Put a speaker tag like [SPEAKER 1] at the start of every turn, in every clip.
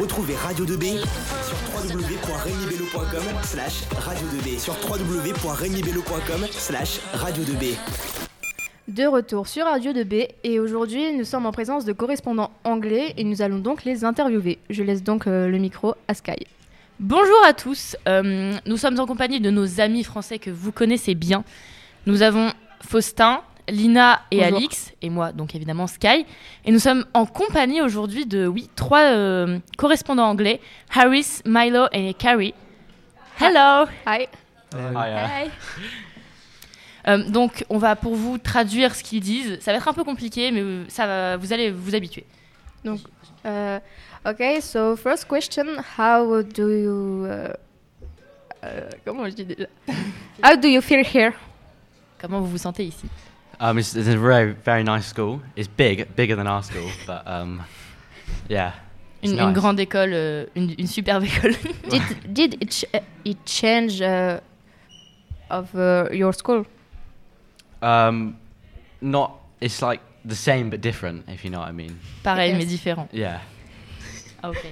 [SPEAKER 1] Retrouvez Radio 2B sur www.regnibello.com slash radio 2B sur www.regnibello.com slash radio 2B.
[SPEAKER 2] De retour sur Radio 2B et aujourd'hui nous sommes en présence de correspondants anglais et nous allons donc les interviewer. Je laisse donc euh, le micro à Sky.
[SPEAKER 3] Bonjour à tous, euh, nous sommes en compagnie de nos amis français que vous connaissez bien. Nous avons Faustin, Lina et
[SPEAKER 2] Bonjour.
[SPEAKER 3] Alix, et moi donc évidemment Sky. Et nous sommes en compagnie aujourd'hui de, oui, trois euh, correspondants anglais, Harris, Milo et Carrie. Hello
[SPEAKER 2] Hi.
[SPEAKER 3] Euh, Donc on va pour vous traduire ce qu'ils disent. Ça va être un peu compliqué, mais euh, ça va, vous allez vous habituer.
[SPEAKER 2] Uh, okay, so first question, how do you uh, euh, comment je dis déjà? How do you feel here?
[SPEAKER 3] Comment vous vous sentez ici
[SPEAKER 4] Um, it's, it's a very, very nice school. It's big, bigger than our school, but um, yeah. it's
[SPEAKER 3] une, une
[SPEAKER 4] nice.
[SPEAKER 3] grande école, euh, une, une superbe école.
[SPEAKER 2] Did did it ch- it change uh, of uh, your school?
[SPEAKER 4] Um, not. It's like the same but different, if you know what I mean.
[SPEAKER 3] Pareil,
[SPEAKER 5] Yes.
[SPEAKER 3] mais différent.
[SPEAKER 4] Yeah.
[SPEAKER 3] Ah, ok.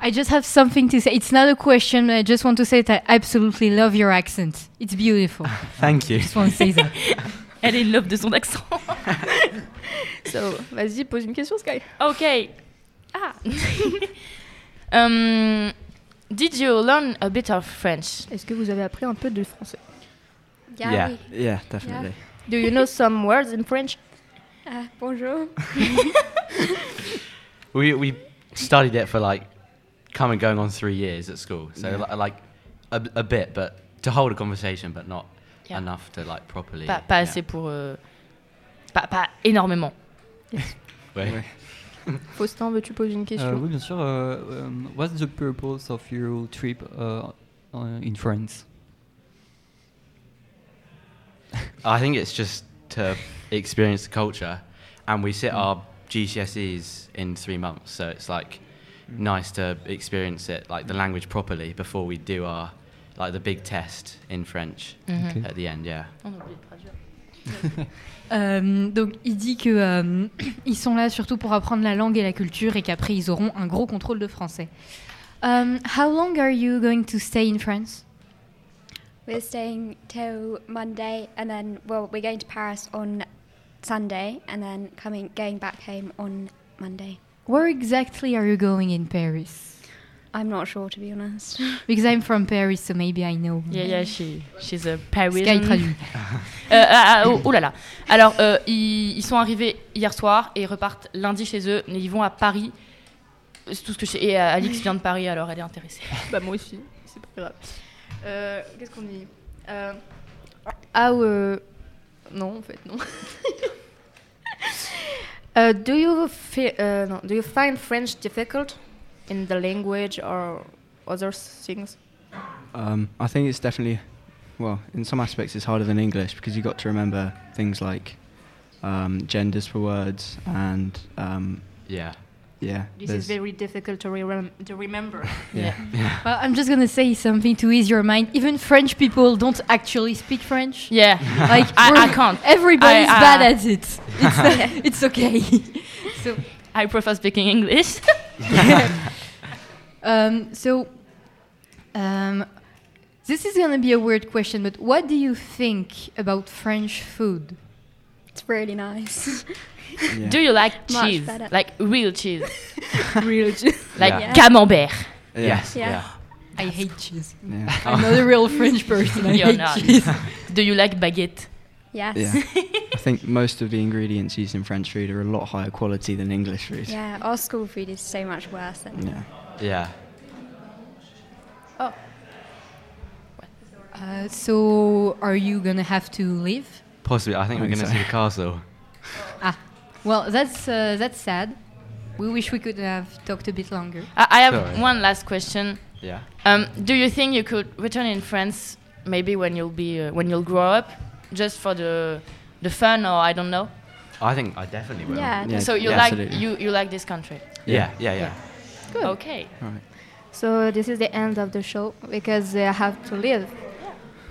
[SPEAKER 5] I just have something to say. It's not a question. I just want to say that I absolutely love your accent. It's beautiful.
[SPEAKER 4] Thank you.
[SPEAKER 5] just want to say that.
[SPEAKER 3] Elle est in love de son accent.
[SPEAKER 2] So, vas-y, pose une question, Sky.
[SPEAKER 3] ok. Ah. um, did you learn a bit of French?
[SPEAKER 2] Est-ce que vous avez appris un peu de français?
[SPEAKER 4] Yeah. Yeah, definitely.
[SPEAKER 2] Do you know some words in French?
[SPEAKER 5] bonjour.
[SPEAKER 4] We we studied it for like coming going on three years at school, so li- like a, a bit, but to hold a conversation, but not
[SPEAKER 3] Yeah.
[SPEAKER 4] enough to like properly.
[SPEAKER 3] Pas, pas
[SPEAKER 4] yeah.
[SPEAKER 3] assez pour. euh, pas, pas énormément.
[SPEAKER 4] Wait.
[SPEAKER 2] Faustin, veux-tu poser une question?
[SPEAKER 6] Euh, oui, bien sûr. euh, um, what's the purpose of your trip uh, uh, in France?
[SPEAKER 4] I think it's just to experience the culture, and we sit our GCSEs in three months, so it's like
[SPEAKER 7] Mm.
[SPEAKER 4] nice to experience it, like the language properly before we do our like the big test in French
[SPEAKER 7] Mm.
[SPEAKER 6] Ok.
[SPEAKER 4] at the end. Yeah.
[SPEAKER 3] On a oublié de traduire.
[SPEAKER 5] Euh, donc, il dit que euh, ils sont là surtout pour apprendre la langue et la culture et qu'après ils auront un gros contrôle de français. Um, how long are you going to stay in France?
[SPEAKER 8] We're staying till Monday, and then well, we're going to Paris on Sunday, and then coming going back home on Monday.
[SPEAKER 5] Where exactly are you going in Paris?
[SPEAKER 8] I'm not sure to be honest.
[SPEAKER 5] Because I'm from Paris, so maybe I know.
[SPEAKER 3] Yeah, yeah, she, she's a
[SPEAKER 5] Sky
[SPEAKER 3] Parisian.
[SPEAKER 5] traduit.
[SPEAKER 3] Euh, ah, ah, oh, oh là là. Alors, euh, ils, ils sont arrivés hier soir et repartent lundi chez eux. mais Ils vont à Paris. C'est tout ce que je sais. Et euh, Alix vient de Paris, alors elle est intéressée.
[SPEAKER 2] Bah moi aussi, c'est pas grave. Euh, Qu'est-ce qu'on dit Euh, Ah euh, non en fait non. Euh, do you feel, euh, non, do you find French difficult in the language or other things?
[SPEAKER 7] Um, I think it's definitely, well, in some aspects it's harder than English because you've got to remember things like um, genders for words and um,
[SPEAKER 4] Yeah.
[SPEAKER 7] yeah.
[SPEAKER 2] This
[SPEAKER 7] there's-
[SPEAKER 2] is very difficult to, re- to remember.
[SPEAKER 7] yeah.
[SPEAKER 5] Well, I'm just gonna say something to ease your mind. Even French people don't actually speak French.
[SPEAKER 3] Yeah.
[SPEAKER 5] Like
[SPEAKER 3] I, I
[SPEAKER 5] we're-
[SPEAKER 3] can't.
[SPEAKER 5] Everybody's
[SPEAKER 3] I- uh, I-
[SPEAKER 5] bad at it. It's, it's okay. so,
[SPEAKER 3] I prefer speaking English.
[SPEAKER 5] um, so, um, this is gonna be a weird question, but what do you think about French food?
[SPEAKER 8] it's really nice.
[SPEAKER 7] yeah.
[SPEAKER 3] Do you like
[SPEAKER 8] Much
[SPEAKER 3] cheese?
[SPEAKER 8] better.
[SPEAKER 3] Like real cheese?
[SPEAKER 2] Real
[SPEAKER 3] Like
[SPEAKER 4] Yeah.
[SPEAKER 8] Yeah.
[SPEAKER 3] camembert?
[SPEAKER 7] Yeah.
[SPEAKER 4] Yes.
[SPEAKER 8] Yeah.
[SPEAKER 4] Yeah.
[SPEAKER 5] I hate cheese.
[SPEAKER 7] Yeah.
[SPEAKER 5] I'm not a real French person. I
[SPEAKER 3] You're
[SPEAKER 5] hate
[SPEAKER 3] not.
[SPEAKER 5] cheese.
[SPEAKER 3] Do you like baguette?
[SPEAKER 8] Yes.
[SPEAKER 7] yeah. I think most of the ingredients used in French food are a lot higher quality than English food.
[SPEAKER 8] Yeah, Our school food is so much worse than
[SPEAKER 7] Yeah.
[SPEAKER 4] Yeah.
[SPEAKER 5] Uh, so, are you gonna have to leave? Ah,
[SPEAKER 4] Possibly. I think
[SPEAKER 7] I
[SPEAKER 4] we're
[SPEAKER 7] think
[SPEAKER 4] gonna
[SPEAKER 7] so.
[SPEAKER 4] see the castle.
[SPEAKER 5] Well, that's uh, that's sad. We wish we could have talked a bit longer.
[SPEAKER 3] I, I have
[SPEAKER 4] Sorry.
[SPEAKER 3] one last question.
[SPEAKER 4] Yeah.
[SPEAKER 3] Um, do you think you could return in France maybe when you'll be uh, when you'll grow up, just for the the fun or I don't know?
[SPEAKER 4] I think I definitely will.
[SPEAKER 8] Yeah.
[SPEAKER 7] Yeah,
[SPEAKER 3] so you
[SPEAKER 7] yeah,
[SPEAKER 3] like
[SPEAKER 7] absolutely.
[SPEAKER 3] you you like this country?
[SPEAKER 4] Yeah. Yeah. Yeah.
[SPEAKER 3] Okay.
[SPEAKER 2] So this is the end of the show because I have to leave.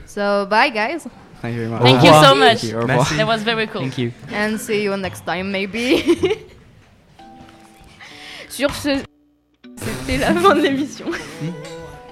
[SPEAKER 2] So bye guys
[SPEAKER 7] Thank you very much.
[SPEAKER 3] Thank you so much.
[SPEAKER 7] Au revoir.
[SPEAKER 4] Merci.
[SPEAKER 3] That was very cool.
[SPEAKER 6] Thank you.
[SPEAKER 2] and see you next time maybe. Sur ce c'est la fin de l'émission.